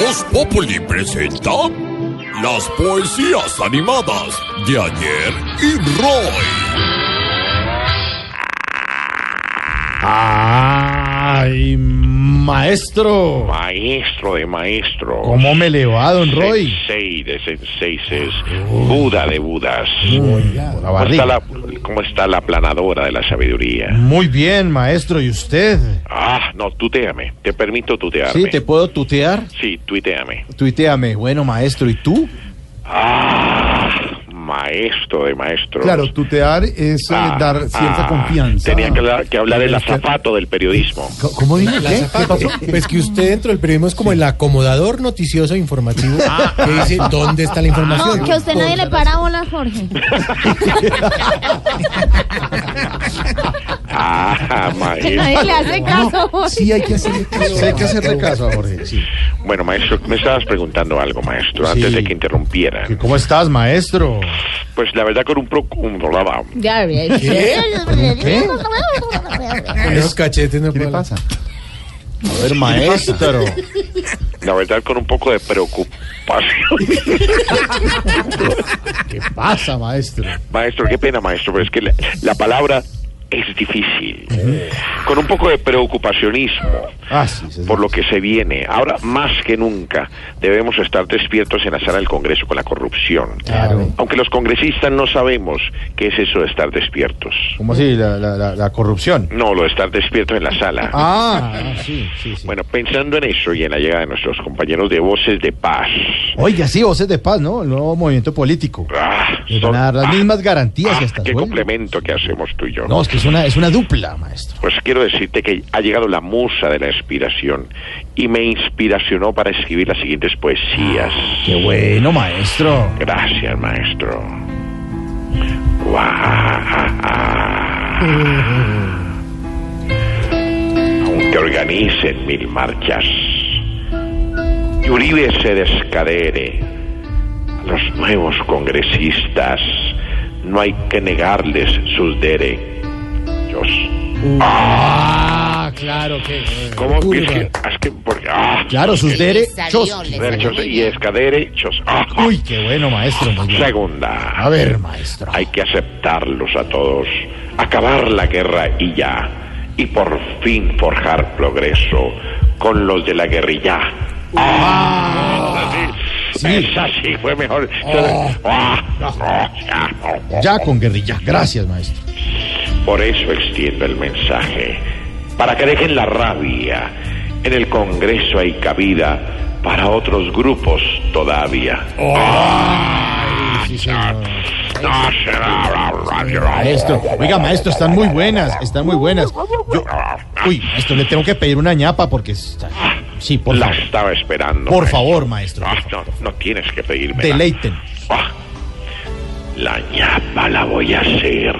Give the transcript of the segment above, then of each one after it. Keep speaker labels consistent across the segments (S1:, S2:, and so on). S1: Voz Populi presenta las poesías animadas de ayer y Roy.
S2: Ay, maestro.
S3: Maestro de maestros.
S2: ¿Cómo me le va, don Roy?
S3: Sensei de senseises. Buda de budas.
S2: Por la
S3: ¿Cómo está
S2: barriga.
S3: la, ¿Cómo está la planadora de la sabiduría?
S2: Muy bien, maestro. ¿Y usted?
S3: Ah, no, tuteame. Te permito tutearme.
S2: Sí, ¿te puedo tutear?
S3: Sí, tuiteame.
S2: Tuiteame. Bueno, maestro, ¿y tú?
S3: Ah, maestro de maestros.
S4: Claro, tutear es eh,
S3: Ah,
S4: dar cierta
S3: ah,
S4: confianza.
S3: Tenía que hablar, que hablar el
S4: Es que-
S3: azafato del periodismo.
S4: Co- ¿Cómo dije? ¿Qué? ¿Qué pasó?
S5: Pues que usted dentro del periodismo es como el acomodador noticioso
S2: e
S5: informativo
S2: Ah,
S5: que dice dónde está la información.
S6: No, que a usted nadie le para bola, Jorge.
S3: Ah,
S6: Que
S3: maestro.
S6: nadie le hace caso, Jorge.
S4: Sí, hay que hacerle caso.
S2: Sí, hay que hacerle caso a Jorge. sí.
S3: Bueno, maestro, me estabas preguntando algo, maestro, antes
S2: Sí.
S3: de que interrumpiera.
S2: ¿Que ¿Cómo estás, maestro?
S3: Pues la verdad con un pro... un-
S6: Ya, bien. ¿eh?
S5: Con esos cachetes no
S4: ¿Qué le
S5: puedo-
S4: pasa?
S2: A ver, maestro.
S3: La verdad con un poco de preocupación.
S2: ¿Qué pasa, maestro?
S3: Maestro, qué pena, maestro, pero es que la, la palabra es difícil. Con un poco de preocupacionismo
S2: Ah, sí, sí, sí.
S3: por lo que se viene. Ahora, más que nunca, debemos estar despiertos en la sala del Congreso con la corrupción.
S2: Claro.
S3: Aunque los congresistas no sabemos qué es eso de estar despiertos.
S2: ¿Cómo así? La, la, la, la corrupción.
S3: No, lo de estar despiertos en la sala.
S2: Ah, sí, sí, sí.
S3: Bueno, pensando en eso y en la llegada de nuestros compañeros de Voces de Paz.
S2: Oiga, sí, voces de paz, ¿no? El nuevo movimiento político.
S3: Ah,
S2: Les
S3: son-
S2: van a dar las
S3: ah,
S2: mismas garantías
S3: ah,
S2: y hasta
S3: qué
S2: sueldo.
S3: complemento que hacemos tú y yo.
S2: No, es que es una, es una dupla, maestro.
S3: Pues quiero decirte que ha llegado la musa de la inspiración y me inspiracionó para escribir las siguientes poesías.
S2: Qué bueno, maestro.
S3: Gracias, maestro. Guau. Aunque organicen mil marchas y Uribe se descadere, a los nuevos congresistas no hay que negarles sus derechos.
S2: Ah, claro que.
S3: ¿Cómo?
S2: Curva.
S3: Es que, es que, porque, ah,
S2: Claro, sus derechos.
S3: derechos y escaderechos. Ah, ah.
S2: Uy, qué bueno, maestro. muy bien.
S3: Segunda,
S2: A ver, maestro.
S3: hay que aceptarlos a todos, acabar la guerra y ya, y por fin forjar progreso con los de la guerrilla. Ah,
S2: sí.
S3: Esa sí fue mejor. Ah, ah, ah, ah.
S2: Ya con guerrilla. Gracias, maestro.
S3: Por eso extiendo el mensaje, para que dejen la rabia. En el Congreso hay cabida para otros grupos todavía.
S2: Sí,
S3: Ah,
S2: señor.
S3: No será la radio.
S2: Maestro, oiga, maestro, están muy buenas, están muy buenas. Yo, uy, maestro, le tengo que pedir una ñapa porque está. Sí, por
S3: La
S2: favor.
S3: estaba esperando.
S2: Por
S3: maestro.
S2: favor, maestro.
S3: No, no, no tienes que pedirme.
S2: Deleiten.
S3: Ah, La ñapa la voy a hacer.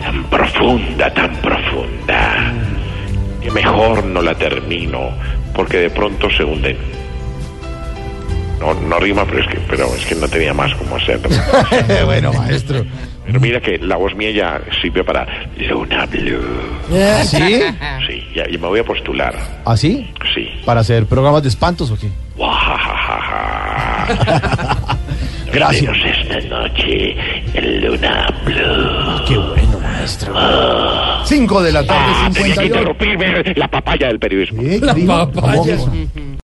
S3: Tan profunda, tan profunda. Que mejor no la termino, porque de pronto se hunden. No, no rima, pero es que, pero es que no tenía más cómo hacerlo.
S2: bueno, maestro.
S3: Pero mira que la voz mía ya sirve para Luna Blue.
S2: ¿Así?
S3: Sí, ya, y me voy a postular.
S2: ¿Así?
S3: Sí.
S2: ¿Ah, ¿Para hacer programas de espantos o qué?
S3: Guajajaja. Nos
S2: Gracias.
S3: vemos esta noche en Luna Blue.
S2: Qué bueno, maestro.
S4: 5 de la tarde,
S3: Ah, tenía que
S4: 58.
S3: interrumpirme la papaya del periodismo.
S4: ¿Qué? ¿Qué dijo?
S5: papaya.
S4: ¿Cómo?